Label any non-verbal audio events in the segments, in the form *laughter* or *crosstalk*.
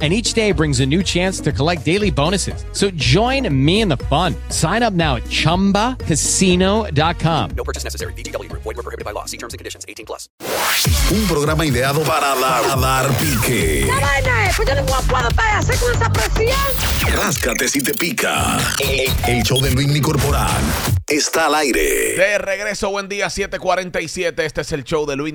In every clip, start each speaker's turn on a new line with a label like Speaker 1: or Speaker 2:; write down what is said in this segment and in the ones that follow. Speaker 1: and each day brings a new chance to collect daily bonuses. So join me in the fun. Sign up now at ChumbaCasino.com.
Speaker 2: No purchase necessary. BGW. Void were prohibited by law. See terms and conditions. 18 plus.
Speaker 3: Un programa ideado para dar, dar pique.
Speaker 4: La vaina es, pues yo no puedo, puedo para hacer con esa presión.
Speaker 3: Ráscate si te pica. El show de Luis Corporal está al aire.
Speaker 5: De regreso, buen día, 747. Este es el show de Luis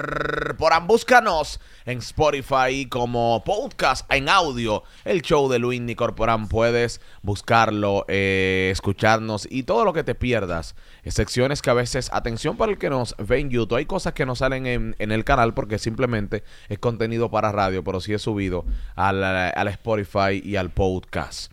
Speaker 5: Corporan. Búscanos en Spotify como podcast en audio. El show de Luis Corporan. Puedes buscarlo, eh, escucharnos y todo lo que te pierdas. Secciones que a veces, atención para el que nos ve en YouTube, hay cosas que no salen en, en el canal porque simplemente es contenido para radio, pero sí es subido al, al Spotify y al podcast.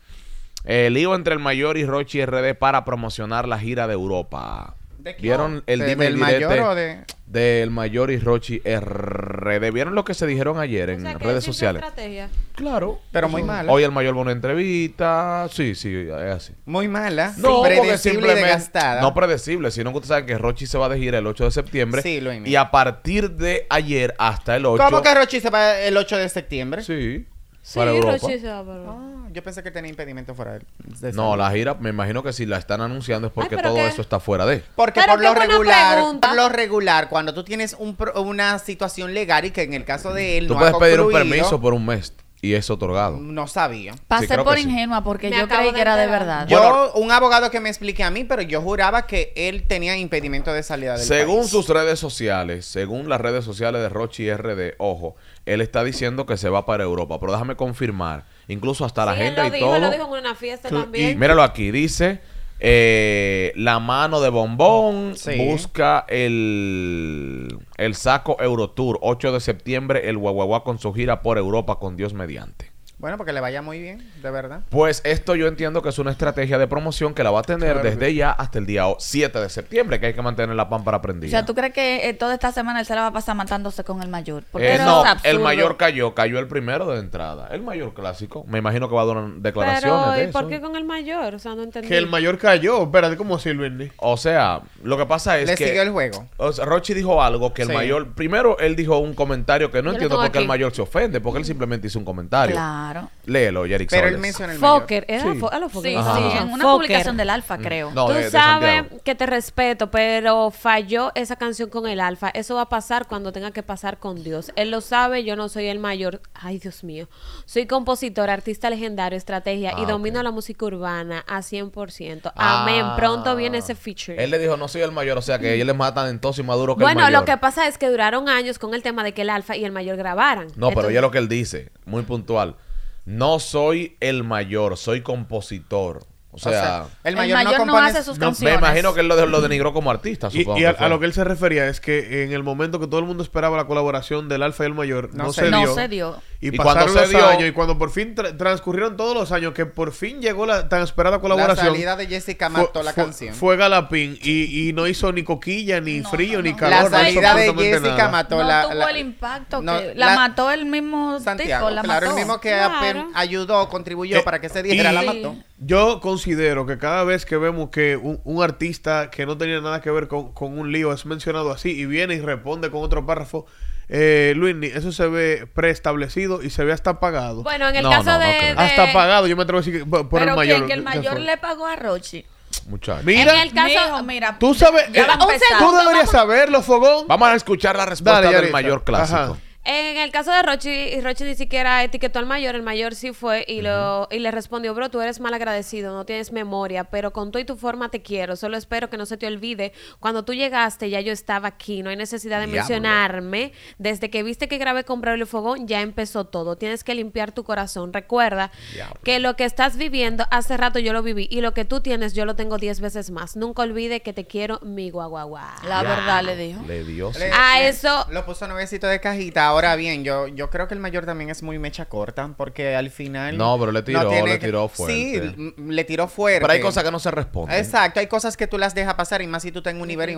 Speaker 5: El lío entre el mayor y Rochi RD para promocionar la gira de Europa. ¿Vieron el
Speaker 6: ¿De-
Speaker 5: dime
Speaker 6: del
Speaker 5: y direte
Speaker 6: mayor o de-
Speaker 5: del mayor y Rochi RD? ¿Vieron lo que se dijeron ayer en redes sociales?
Speaker 7: estrategia.
Speaker 5: Claro.
Speaker 6: Pero muy mala.
Speaker 5: Hoy el mayor va a una entrevista. Sí, sí, es así.
Speaker 6: Muy mala.
Speaker 5: No, porque
Speaker 6: predecible y
Speaker 5: simplemente-
Speaker 6: desgastada.
Speaker 5: No predecible, sino que ustedes saben que Rochi se va de gira el 8 de septiembre.
Speaker 6: Sí, lo imito.
Speaker 5: Y a partir de ayer hasta el 8.
Speaker 6: ¿Cómo que Rochi se va el 8 de septiembre?
Speaker 5: Sí.
Speaker 7: Sí,
Speaker 5: Para Europa.
Speaker 7: Rochi se va para Europa.
Speaker 6: Ah, yo pensé que tenía impedimento fuera de- de
Speaker 5: No,
Speaker 6: salud.
Speaker 5: la gira, me imagino que si la están anunciando es porque
Speaker 7: pero
Speaker 5: todo
Speaker 7: qué-
Speaker 5: eso está fuera de.
Speaker 6: Porque
Speaker 7: Pero
Speaker 6: por
Speaker 7: qué
Speaker 6: lo
Speaker 7: buena
Speaker 6: regular,
Speaker 7: pregunta.
Speaker 6: por lo regular, cuando tú tienes un pro- una situación legal y que en el caso de él
Speaker 5: Tú
Speaker 6: no
Speaker 5: puedes
Speaker 6: ha
Speaker 5: pedir un
Speaker 6: concluido,
Speaker 5: permiso pues. por un mes y es otorgado.
Speaker 6: No sabía.
Speaker 5: Sí,
Speaker 8: Pasé
Speaker 5: creo
Speaker 8: por
Speaker 5: que sí.
Speaker 8: ingenua porque
Speaker 7: Me
Speaker 8: yo
Speaker 7: acabo
Speaker 8: creí
Speaker 7: de
Speaker 8: que era de
Speaker 7: enterar.
Speaker 8: verdad.
Speaker 6: Yo,
Speaker 5: Bueno-
Speaker 6: un abogado que me explique a mí, pero yo juraba que él tenía impedimento de salida del
Speaker 5: Según
Speaker 6: país.
Speaker 5: sus redes sociales, según las redes sociales de Rochi RD, ojo, él está diciendo que se va para Europa, pero déjame confirmar, incluso hasta la
Speaker 7: Sí, él
Speaker 5: agenda y
Speaker 7: lo dijo,
Speaker 5: todo.
Speaker 7: lo dijo en una fiesta
Speaker 5: Y
Speaker 7: también.
Speaker 5: míralo aquí, dice eh, la mano de bombón
Speaker 6: Sí.
Speaker 5: busca el, el saco Eurotour, 8 de septiembre, el guaguaguá con su gira por Europa con Dios mediante.
Speaker 6: Bueno, porque le vaya muy bien, de verdad.
Speaker 5: Pues esto yo entiendo que es una estrategia de promoción que la va a tener
Speaker 6: Claro que
Speaker 5: desde ya hasta el día o- 7 de septiembre, que hay que mantener la pámpara prendida.
Speaker 8: O sea, ¿tú crees que eh, toda esta semana él se la va a pasar matándose con el mayor? Porque
Speaker 5: Eh,
Speaker 8: eso
Speaker 5: no,
Speaker 8: es absurdo.
Speaker 5: el mayor cayó, cayó el primero de entrada. El mayor clásico. Me imagino que va a dar declaraciones
Speaker 7: Pero,
Speaker 5: de
Speaker 7: ¿y por
Speaker 5: eso.
Speaker 7: qué con el mayor? O sea, no entendí.
Speaker 9: Que el mayor cayó. Espérate, ¿cómo así, Luis?
Speaker 5: O sea, lo que pasa es
Speaker 6: le
Speaker 5: que.
Speaker 6: siguió el juego.
Speaker 5: o sea, Rochi dijo algo que el
Speaker 6: Sí.
Speaker 5: mayor. Primero, él dijo un comentario que
Speaker 7: Yo
Speaker 5: no
Speaker 7: lo
Speaker 5: entiendo
Speaker 7: tengo
Speaker 5: por qué el
Speaker 7: aquí.
Speaker 5: mayor se ofende, porque él simplemente hizo un comentario.
Speaker 8: Claro.
Speaker 5: Léelo, Yarick
Speaker 6: Pero él
Speaker 5: Soles.
Speaker 6: menciona el mayor.
Speaker 7: Fokker, era
Speaker 5: Sí.
Speaker 7: Fo- a los Fokker.
Speaker 8: Sí,
Speaker 5: Ajá.
Speaker 8: sí, en una
Speaker 7: Fokker.
Speaker 8: publicación del Alfa, creo.
Speaker 5: No,
Speaker 7: Tú
Speaker 5: de- de
Speaker 7: sabes
Speaker 5: Santiago.
Speaker 7: que te respeto, pero falló esa canción con el alfa. Eso va a pasar cuando tenga que pasar con Dios. Él lo sabe, yo no soy el mayor. Ay, Dios mío. Soy compositor, artista legendario, estrategia y
Speaker 5: Ah,
Speaker 7: domino
Speaker 5: ok.
Speaker 7: la música urbana a 100%.
Speaker 5: Ah.
Speaker 7: Amén. Pronto viene ese feature.
Speaker 5: Él le dijo, no soy el mayor, o sea
Speaker 8: Mm.
Speaker 5: que él es más talentoso y maduro que
Speaker 7: Bueno,
Speaker 5: el mayor.
Speaker 7: lo que pasa es que duraron años con el tema de que el alfa y el mayor grabaran.
Speaker 5: No, pero
Speaker 7: Entonces-
Speaker 5: ya lo que él dice, muy puntual. No soy el mayor, soy compositor. O sea,
Speaker 6: O sea, el
Speaker 8: El
Speaker 6: mayor,
Speaker 8: mayor, no,
Speaker 6: compone-
Speaker 8: hace sus
Speaker 5: no- me
Speaker 8: canciones.
Speaker 5: imagino que él lo, lo denigró como artista,
Speaker 9: Y,
Speaker 5: supongo.
Speaker 9: y a,
Speaker 5: fue.
Speaker 9: a lo que él se refería es que en el momento que todo el mundo esperaba la colaboración del Alfa y el Mayor,
Speaker 6: No
Speaker 9: no,
Speaker 6: se-
Speaker 9: se,
Speaker 8: no
Speaker 9: dio.
Speaker 8: se dio.
Speaker 9: Y,
Speaker 5: Y cuando
Speaker 9: pasaron
Speaker 5: se
Speaker 9: los
Speaker 5: dio-
Speaker 9: años, y cuando por fin tra- transcurrieron todos los años, que por fin llegó la tan esperada
Speaker 6: La
Speaker 9: colaboración.
Speaker 6: salida de Jessica
Speaker 9: fue-
Speaker 6: mató la
Speaker 9: fue-
Speaker 6: canción.
Speaker 9: Fue Galapín y, y no hizo ni coquilla, ni
Speaker 8: No,
Speaker 9: frío,
Speaker 8: no,
Speaker 9: ni
Speaker 8: no.
Speaker 9: calor. no
Speaker 6: la
Speaker 9: hizo
Speaker 6: salida de
Speaker 9: absolutamente
Speaker 6: Jessica
Speaker 9: nada.
Speaker 6: mató
Speaker 8: no
Speaker 6: la,
Speaker 8: tuvo
Speaker 6: la-
Speaker 8: el impacto
Speaker 6: no,
Speaker 8: que... La, mató el mismo
Speaker 6: Santiago,
Speaker 8: tipo, la
Speaker 6: claro,
Speaker 8: mató.
Speaker 6: el mismo que
Speaker 7: Claro.
Speaker 6: apen- ayudó, contribuyó
Speaker 9: Eh,
Speaker 6: para que se diera, la
Speaker 9: y-
Speaker 6: mató.
Speaker 9: Yo considero que cada vez que vemos que un, un artista que no tenía nada que ver con, con un lío es mencionado así y viene y responde con otro párrafo, eh, Luis, eso se ve preestablecido y se ve hasta pagado.
Speaker 7: Bueno, en el
Speaker 5: No,
Speaker 7: caso
Speaker 5: no, no
Speaker 7: de,
Speaker 5: creo.
Speaker 7: de-
Speaker 9: hasta pagado, yo me atrevo a decir que por, por
Speaker 8: Pero ¿quién?
Speaker 9: el mayor.
Speaker 8: que el
Speaker 9: que
Speaker 8: mayor
Speaker 9: fue.
Speaker 8: le pagó a Rochi.
Speaker 5: Muchacho.
Speaker 9: Mira,
Speaker 7: En el caso-
Speaker 8: Mijo, mira,
Speaker 9: tú sabes,
Speaker 8: Ya
Speaker 9: eh,
Speaker 8: va a
Speaker 9: tú
Speaker 8: empezar.
Speaker 9: deberías saberlo, Fogón.
Speaker 5: Vamos a escuchar la respuesta
Speaker 9: Dale,
Speaker 5: del
Speaker 9: Yaritza.
Speaker 5: mayor clásico.
Speaker 9: Ajá.
Speaker 7: En el caso de Rochi, Rochi ni siquiera etiquetó al mayor, el mayor sí fue y, lo, y le respondió, bro, tú eres mal agradecido, no tienes memoria, pero con todo y tu forma te quiero, solo espero que no se te olvide, cuando tú llegaste ya yo estaba aquí, no hay necesidad de
Speaker 5: Diablo.
Speaker 7: mencionarme, desde que viste que grabé con Braulio Fogón ya empezó todo, tienes que limpiar tu corazón, recuerda
Speaker 5: Diablo.
Speaker 7: que lo que estás viviendo hace rato yo lo viví y lo que tú tienes yo lo tengo 10 veces más, nunca olvide que te quiero mi guaguaguá.
Speaker 8: La verdad le dijo.
Speaker 5: Le dio.
Speaker 6: Le-
Speaker 7: Ah,
Speaker 6: le-
Speaker 7: eso-
Speaker 6: Lo puso nuevecito de cajita. Ahora bien, yo, yo creo que el mayor también es muy mecha corta, porque al final.
Speaker 5: No, pero le tiró,
Speaker 6: tiene
Speaker 5: le
Speaker 6: que-
Speaker 5: tiró fuerte.
Speaker 6: Sí, l- le tiró fuerte.
Speaker 5: Pero hay cosas que no se responden.
Speaker 6: Exacto, hay cosas que tú las dejas pasar y más si tú estás en un nivel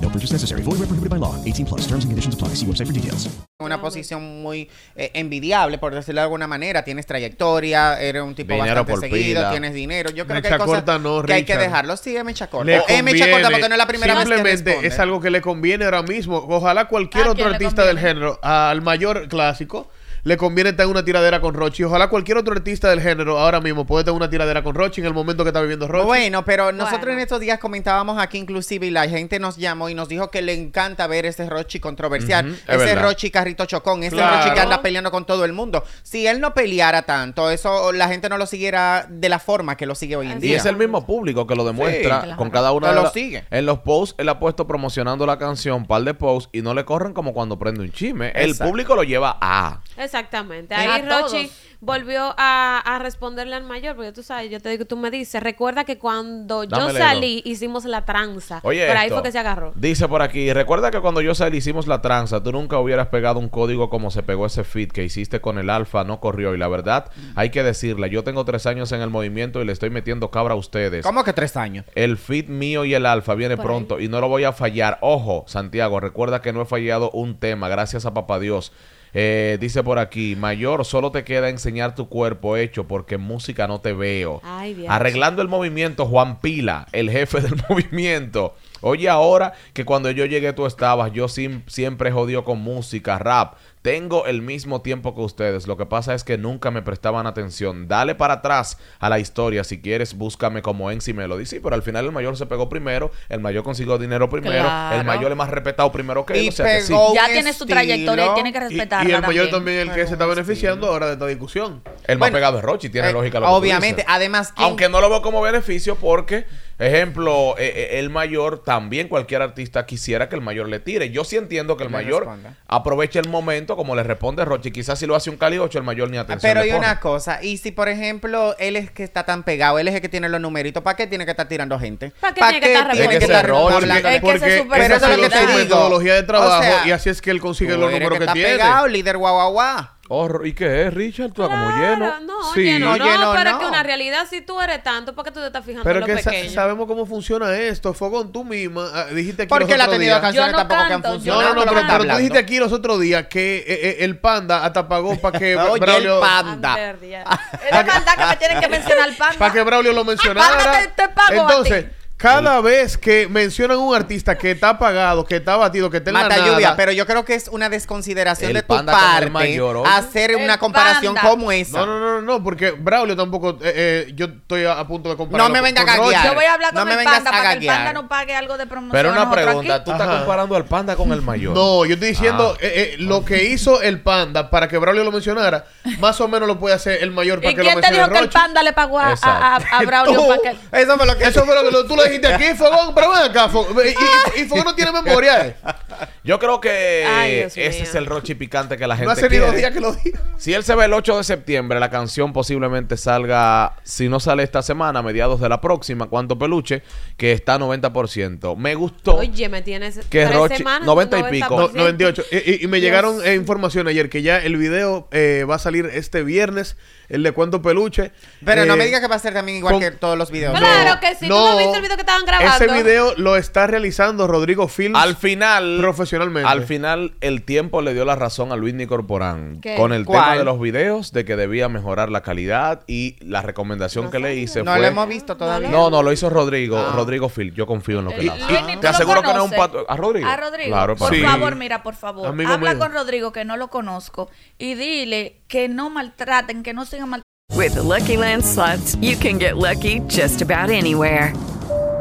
Speaker 10: No purchase necessary. Void where prohibited by law. 18 plus. Terms and conditions apply. See website for details.
Speaker 6: en una posición muy eh, envidiable, por decirlo de alguna manera. Tienes trayectoria, eres un tipo
Speaker 5: Dinero
Speaker 6: bastante
Speaker 5: por
Speaker 6: seguido,
Speaker 5: pila.
Speaker 6: tienes dinero. Yo creo
Speaker 9: Mecha
Speaker 6: que hay cosas
Speaker 9: corta no,
Speaker 6: que hay que
Speaker 9: Richard.
Speaker 6: dejarlo. Sí, es mecha corta.
Speaker 9: Le
Speaker 6: O es mecha corta
Speaker 9: conviene.
Speaker 6: porque no es la primera vez que
Speaker 9: Simplemente
Speaker 6: responde.
Speaker 9: es algo que le conviene ahora mismo. Ojalá cualquier
Speaker 6: ¿A
Speaker 9: otro
Speaker 6: quién le
Speaker 9: artista del género, al mayor clásico, le conviene estar en una tiradera con Rochi. Ojalá cualquier otro artista del género ahora mismo puede estar en una tiradera con Rochi en el momento que está viviendo Rochi.
Speaker 6: Bueno, pero nosotros en estos días comentábamos aquí inclusive y la gente nos llamó y nos dijo que le encanta ver ese Rochi controversial,
Speaker 9: Ujú, es
Speaker 6: ese
Speaker 9: verdad.
Speaker 6: Rochi carrito chocón, ese
Speaker 9: Claro.
Speaker 6: Rochi que anda peleando con todo el mundo. Si él no peleara tanto, eso la gente no lo siguiera de la forma que lo sigue hoy en
Speaker 5: Y
Speaker 6: día.
Speaker 5: es el mismo público que lo demuestra
Speaker 6: Sí, claro.
Speaker 5: con cada una
Speaker 6: Que
Speaker 5: de
Speaker 6: lo
Speaker 5: las-
Speaker 6: sigue.
Speaker 5: En los posts él ha puesto promocionando la canción, par de posts y no le corren como cuando prende un chisme. El
Speaker 6: Exacto.
Speaker 5: público lo lleva a.
Speaker 7: Exactamente.
Speaker 8: A
Speaker 7: Ahí
Speaker 8: todos.
Speaker 7: Rochi volvió a, a responderle al mayor, porque tú sabes, yo te digo, tú me dices, recuerda que cuando yo
Speaker 5: Dámele,
Speaker 7: salí hicimos la tranza.
Speaker 5: Oye,
Speaker 7: Por ahí
Speaker 5: esto.
Speaker 7: fue que se agarró.
Speaker 5: Dice por aquí, recuerda que cuando yo salí hicimos la tranza, tú nunca hubieras pegado un código como se pegó ese fit que hiciste con el alfa, no corrió. Y la verdad, hay que decirla, yo tengo tres años en el movimiento y le estoy metiendo cabra a ustedes.
Speaker 6: ¿Cómo que tres años?
Speaker 5: El fit mío y el alfa viene
Speaker 6: Por
Speaker 5: pronto y no lo voy a fallar. Ojo, Santiago, recuerda que no he fallado un tema, gracias a papá Dios. Eh, dice por aquí, mayor, solo te queda enseñar tu cuerpo hecho porque en música no te veo.
Speaker 7: Ay, bien.
Speaker 5: Arreglando el movimiento, Juan Pila, el jefe del *laughs* movimiento. Oye, ahora que cuando yo llegué tú estabas, yo sim- siempre jodido con música, rap. Tengo el mismo tiempo que ustedes. Lo que pasa es que nunca me prestaban atención. Dale para atrás a la historia. Si quieres, búscame como Enzi Melody. Sí, pero al final el mayor se pegó primero. El mayor consiguió dinero primero.
Speaker 8: Claro.
Speaker 5: El mayor es más respetado primero que él.
Speaker 6: Y
Speaker 5: o sea que sí.
Speaker 6: pegó
Speaker 8: Ya
Speaker 6: un
Speaker 8: tiene su
Speaker 6: estilo.
Speaker 8: trayectoria y tiene que
Speaker 9: Y, y el
Speaker 8: respetarla.
Speaker 9: mayor también,
Speaker 8: también.
Speaker 9: el que se está beneficiando ahora de esta discusión.
Speaker 5: El más pegado es Rochi, tiene
Speaker 9: eh,
Speaker 5: lógica lo que tú
Speaker 9: obviamente,
Speaker 5: dices.
Speaker 6: además, ¿quién-
Speaker 5: Aunque no lo veo como beneficio porque, ejemplo, eh, eh, el mayor, también cualquier artista quisiera que el mayor le tire. Yo sí entiendo que el
Speaker 6: Le
Speaker 5: mayor
Speaker 6: responda.
Speaker 5: aprovecha el momento como le responde Rochi. Quizás si lo hace un cali 8, el mayor ni atención
Speaker 6: Pero
Speaker 5: le
Speaker 6: hay
Speaker 5: pone.
Speaker 6: una cosa, y si por ejemplo él es que está tan pegado, él es el que tiene los numeritos, ¿para qué tiene que estar tirando gente?
Speaker 8: ¿Para qué tiene que estar
Speaker 5: Es que se roba,
Speaker 6: hablando?
Speaker 9: porque-
Speaker 8: Es que se
Speaker 9: porque
Speaker 8: supera
Speaker 9: esa
Speaker 8: esa
Speaker 9: ha sido
Speaker 8: velocidad.
Speaker 9: su metodología de trabajo
Speaker 6: O sea,
Speaker 9: y así es que él consigue
Speaker 6: Tú
Speaker 9: los
Speaker 6: eres
Speaker 9: números que,
Speaker 6: que está
Speaker 9: tiene.
Speaker 6: pegado, líder guau guau guau.
Speaker 5: Oh, Ro- ¿Y qué es, Richard? Tú como lleno.
Speaker 7: Claro, no,
Speaker 9: Sí.
Speaker 7: oye,
Speaker 9: No,
Speaker 7: no, no,
Speaker 9: lleno,
Speaker 7: pero
Speaker 9: no.
Speaker 7: es que una realidad, si tú eres tanto, ¿para qué tú te estás fijando
Speaker 9: Pero
Speaker 7: en lo
Speaker 9: que sa-
Speaker 7: pequeño?
Speaker 9: sabemos cómo funciona esto. Fogón, tú misma ah, dijiste aquí
Speaker 6: Porque
Speaker 9: los
Speaker 6: él ha
Speaker 9: otros
Speaker 6: tenido
Speaker 9: días-
Speaker 6: canciones
Speaker 8: Yo no
Speaker 6: tampoco que han
Speaker 8: canto, yo
Speaker 9: No,
Speaker 6: funcionado.
Speaker 9: no, no,
Speaker 6: pero
Speaker 9: pero,
Speaker 6: está
Speaker 9: pero tú dijiste
Speaker 6: hablando.
Speaker 9: aquí los otros días que eh, eh, el panda hasta pagó
Speaker 8: *laughs*
Speaker 9: para que
Speaker 6: Oye, el
Speaker 9: Braulio,
Speaker 6: panda.
Speaker 7: Perdida.
Speaker 8: Es la maldad que me tienen que mencionar al panda.
Speaker 9: para que Braulio lo mencionara.
Speaker 8: Ah, Panda, te- te pago a
Speaker 9: Entonces,
Speaker 8: ti.
Speaker 9: cada vez que mencionan un artista que está pagado, que está batido, que está en la
Speaker 6: Mata
Speaker 9: nada,
Speaker 6: lluvia, pero yo creo que es una desconsideración
Speaker 5: El
Speaker 6: de tu
Speaker 5: panda con el
Speaker 6: parte
Speaker 5: mayor, oye.
Speaker 6: hacer
Speaker 8: El
Speaker 6: una comparación
Speaker 8: panda.
Speaker 6: como esa.
Speaker 9: No, no, no, no, no, porque Braulio tampoco. eh, eh, yo estoy a, a punto de compararlo.
Speaker 6: No me
Speaker 9: con-
Speaker 6: venga a
Speaker 9: con Rocha.
Speaker 6: gaguear.
Speaker 8: Yo voy a hablar
Speaker 6: No
Speaker 8: con
Speaker 6: me
Speaker 8: el
Speaker 6: vengas
Speaker 8: panda
Speaker 6: a
Speaker 8: para que el
Speaker 6: gaguear.
Speaker 8: panda no pague algo de promoción.
Speaker 5: Pero
Speaker 8: a
Speaker 5: una
Speaker 8: nosotros
Speaker 5: pregunta,
Speaker 8: aquí.
Speaker 5: tú estás
Speaker 9: Ajá.
Speaker 5: comparando al panda con el mayor.
Speaker 9: No, yo estoy diciendo
Speaker 5: Ah.
Speaker 9: eh, eh, lo que hizo el panda para que Braulio lo mencionara, más o menos lo puede hacer el mayor para
Speaker 8: ¿Y
Speaker 9: que lo
Speaker 8: quién te
Speaker 9: mencione
Speaker 8: dijo que el
Speaker 9: Rocha.
Speaker 8: panda le pagó a, a, a- a Braulio
Speaker 9: Tú,
Speaker 8: para
Speaker 5: *laughs*
Speaker 8: que el-
Speaker 9: Eso fue lo que, eso fue lo que lo- tú lo dijiste aquí, Fogón, pero ven acá, Fo- y, y- y Fogón no tiene memoria. eh.
Speaker 5: Yo creo que
Speaker 7: Ay, Dios
Speaker 5: ese
Speaker 7: mío.
Speaker 5: es el Rochi picante que la gente
Speaker 9: No hace ni
Speaker 5: quiere.
Speaker 9: dos días que lo dijo.
Speaker 5: Si él se ve el 8 de septiembre, la canción posiblemente salga, si no sale esta semana, a mediados de la próxima, cuanto peluche, que está a 90%. Me gustó.
Speaker 7: Oye, me tienes
Speaker 5: Que
Speaker 7: tres
Speaker 5: Rochi-
Speaker 7: semanas,
Speaker 5: 90 y pico.
Speaker 9: No,
Speaker 7: 90%.
Speaker 9: 98. Y, y- y me
Speaker 7: Dios.
Speaker 9: llegaron eh, información ayer que ya el video eh, va a salir este viernes, el de cuánto peluche.
Speaker 6: Pero no
Speaker 9: Eh,
Speaker 6: me digas que va a ser también igual
Speaker 9: con-
Speaker 6: que todos los videos.
Speaker 7: Claro que sí, ¿tú no viste el video que estaban grabando?
Speaker 9: Ese video lo está realizando Rodrigo Films.
Speaker 5: Al final,
Speaker 9: profesionalmente.
Speaker 5: Al final, el tiempo le dio la razón a Luis Corporán
Speaker 9: ¿Qué?
Speaker 5: con el tema
Speaker 9: ¿Cuál?
Speaker 5: de los videos, de que debía mejorar la calidad y la recomendación que le hice
Speaker 6: No
Speaker 5: fue...
Speaker 6: lo hemos visto todavía.
Speaker 5: No, no, lo hizo Rodrigo. Rodrigo Phil, yo confío en lo que él hace.
Speaker 8: Ah. Luis, ni tú
Speaker 5: Te
Speaker 8: lo
Speaker 5: aseguro que no es un
Speaker 8: conoces.
Speaker 5: pato. ¿A Rodrigo?
Speaker 8: A Rodrigo.
Speaker 5: Claro,
Speaker 8: por
Speaker 5: sí.
Speaker 8: favor, mira, por favor.
Speaker 5: Amigo
Speaker 8: Habla
Speaker 5: mío.
Speaker 8: con Rodrigo, que no lo conozco, y dile que no maltraten, que no sigan maltratando.
Speaker 11: With the Lucky Land slots, you can get lucky just about anywhere.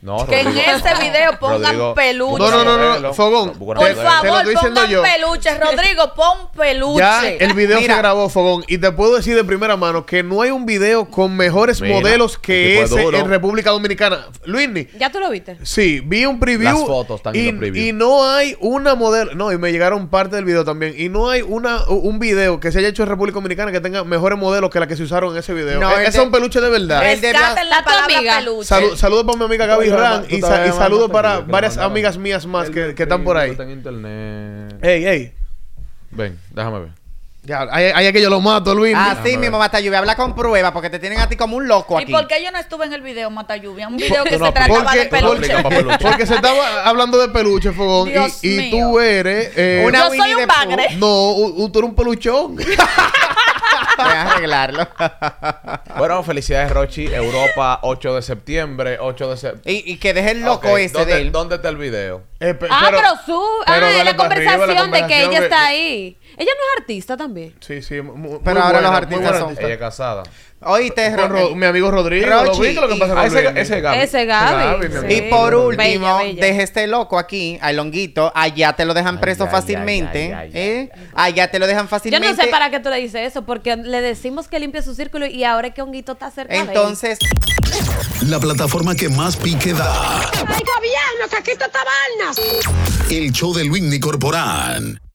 Speaker 5: No,
Speaker 8: que en
Speaker 5: Rodrigo.
Speaker 8: este
Speaker 9: *laughs*
Speaker 8: video pongan
Speaker 5: Rodrigo,
Speaker 8: peluche.
Speaker 5: busca
Speaker 9: No, no, no, no,
Speaker 5: modelo.
Speaker 9: Fogón,
Speaker 5: Busca
Speaker 9: por
Speaker 8: Por
Speaker 5: modelo.
Speaker 8: favor,
Speaker 9: estoy diciendo
Speaker 8: pongan
Speaker 9: yo.
Speaker 8: peluche. Rodrigo, pon peluche.
Speaker 9: Ya el video
Speaker 8: Mira,
Speaker 9: se grabó, Fogón. Y te puedo decir de primera mano que no hay un video con mejores
Speaker 5: Mira,
Speaker 9: modelos
Speaker 5: el
Speaker 9: que
Speaker 5: tipo es
Speaker 9: ese
Speaker 5: duro.
Speaker 9: en República Dominicana. Luisni,
Speaker 7: ¿Ya tú lo viste?
Speaker 9: sí, vi un preview.
Speaker 5: Las fotos están en
Speaker 9: y,
Speaker 5: los previews.
Speaker 9: y no hay una modelo. No, y me llegaron parte del video también. Y no hay una u- un video que se haya hecho en República Dominicana que tenga mejores modelos que la que se usaron en ese video.
Speaker 6: No,
Speaker 9: E-
Speaker 6: el
Speaker 9: ese
Speaker 6: de-
Speaker 9: es un peluche de verdad.
Speaker 6: el de Bla-
Speaker 8: rescaten la palabra peluche.
Speaker 9: Salu- saludos para mi amiga Gaby
Speaker 5: Oye,
Speaker 9: Ran
Speaker 5: mamá, tú
Speaker 9: y,
Speaker 5: estás
Speaker 9: sa- y
Speaker 5: llamando
Speaker 9: saludos
Speaker 5: a
Speaker 9: para
Speaker 5: Sergio, que
Speaker 9: varias
Speaker 5: no andaba.
Speaker 9: amigas mías más
Speaker 5: El
Speaker 9: que, que están por ahí.
Speaker 5: Está en internet.
Speaker 9: Ey, ey.
Speaker 5: Ven, déjame ver.
Speaker 9: Ya, ahí ahí es que yo lo mato, Luis.
Speaker 5: Ah,
Speaker 6: Así mismo, Matalluvia, yo voy a hablar con prueba porque te tienen a ti como un loco
Speaker 8: ¿Y
Speaker 6: aquí.
Speaker 8: por qué yo no estuve en el video Mata Lluvia? Un video que
Speaker 9: Tú no
Speaker 8: se trataba
Speaker 9: aplicas.
Speaker 8: de
Speaker 9: Porque-
Speaker 8: peluche.
Speaker 9: porque- Porque se estaba hablando de peluche, Fogón. y-
Speaker 8: Dios
Speaker 9: y,
Speaker 8: mío.
Speaker 9: tú eres. eh,
Speaker 8: Una Yo soy Winnie un the Pooh. bagre.
Speaker 9: No, u- u- tú eres un peluchón.
Speaker 5: *laughs*
Speaker 6: Voy a arreglarlo. *laughs*
Speaker 5: Bueno, felicidades, Rochi. Europa, 8 de septiembre. 8 de septiembre.
Speaker 6: Y, y que deje el loco ese
Speaker 5: ¿dónde,
Speaker 6: de él.
Speaker 5: ¿Dónde está el video?
Speaker 7: Ah, pero, su.
Speaker 9: Eh, pero
Speaker 7: ah,
Speaker 9: dale
Speaker 7: es la
Speaker 9: pa' arriba, la
Speaker 7: conversación de que
Speaker 9: conversación
Speaker 7: ella
Speaker 9: de-
Speaker 7: está ahí. Ella no es artista también.
Speaker 9: Sí, sí. mu- mu-
Speaker 6: Pero
Speaker 9: muy
Speaker 6: ahora los
Speaker 9: muy
Speaker 6: artistas
Speaker 9: buena
Speaker 6: son-
Speaker 9: artista.
Speaker 5: Ella es casada.
Speaker 6: Oíste,
Speaker 9: Con Ro-
Speaker 6: Ro-
Speaker 9: mi amigo Rodrigo. ¿lo
Speaker 6: Rochi,
Speaker 9: viste lo que pasa
Speaker 6: y-
Speaker 9: con
Speaker 6: Ah, ese-
Speaker 9: Luis?
Speaker 5: ese Gaby.
Speaker 7: Ese Gaby.
Speaker 9: Gaby, mi
Speaker 7: sí.
Speaker 6: Y por último,
Speaker 7: Bella, bella.
Speaker 6: deje este loco aquí, al longuito. Allá te lo dejan preso fácilmente.
Speaker 5: ay, ay,
Speaker 6: ¿eh? Allá te lo dejan
Speaker 7: Yo
Speaker 6: fácilmente.
Speaker 7: no sé para qué tú le dices eso, porque le decimos que limpie su círculo y ahora es que Honguito está cerca
Speaker 6: Entonces,
Speaker 3: La plataforma que más pique da.
Speaker 4: ¡Ay, gobierno, que aquí está esta vaina!
Speaker 3: El show de Luis Corporán.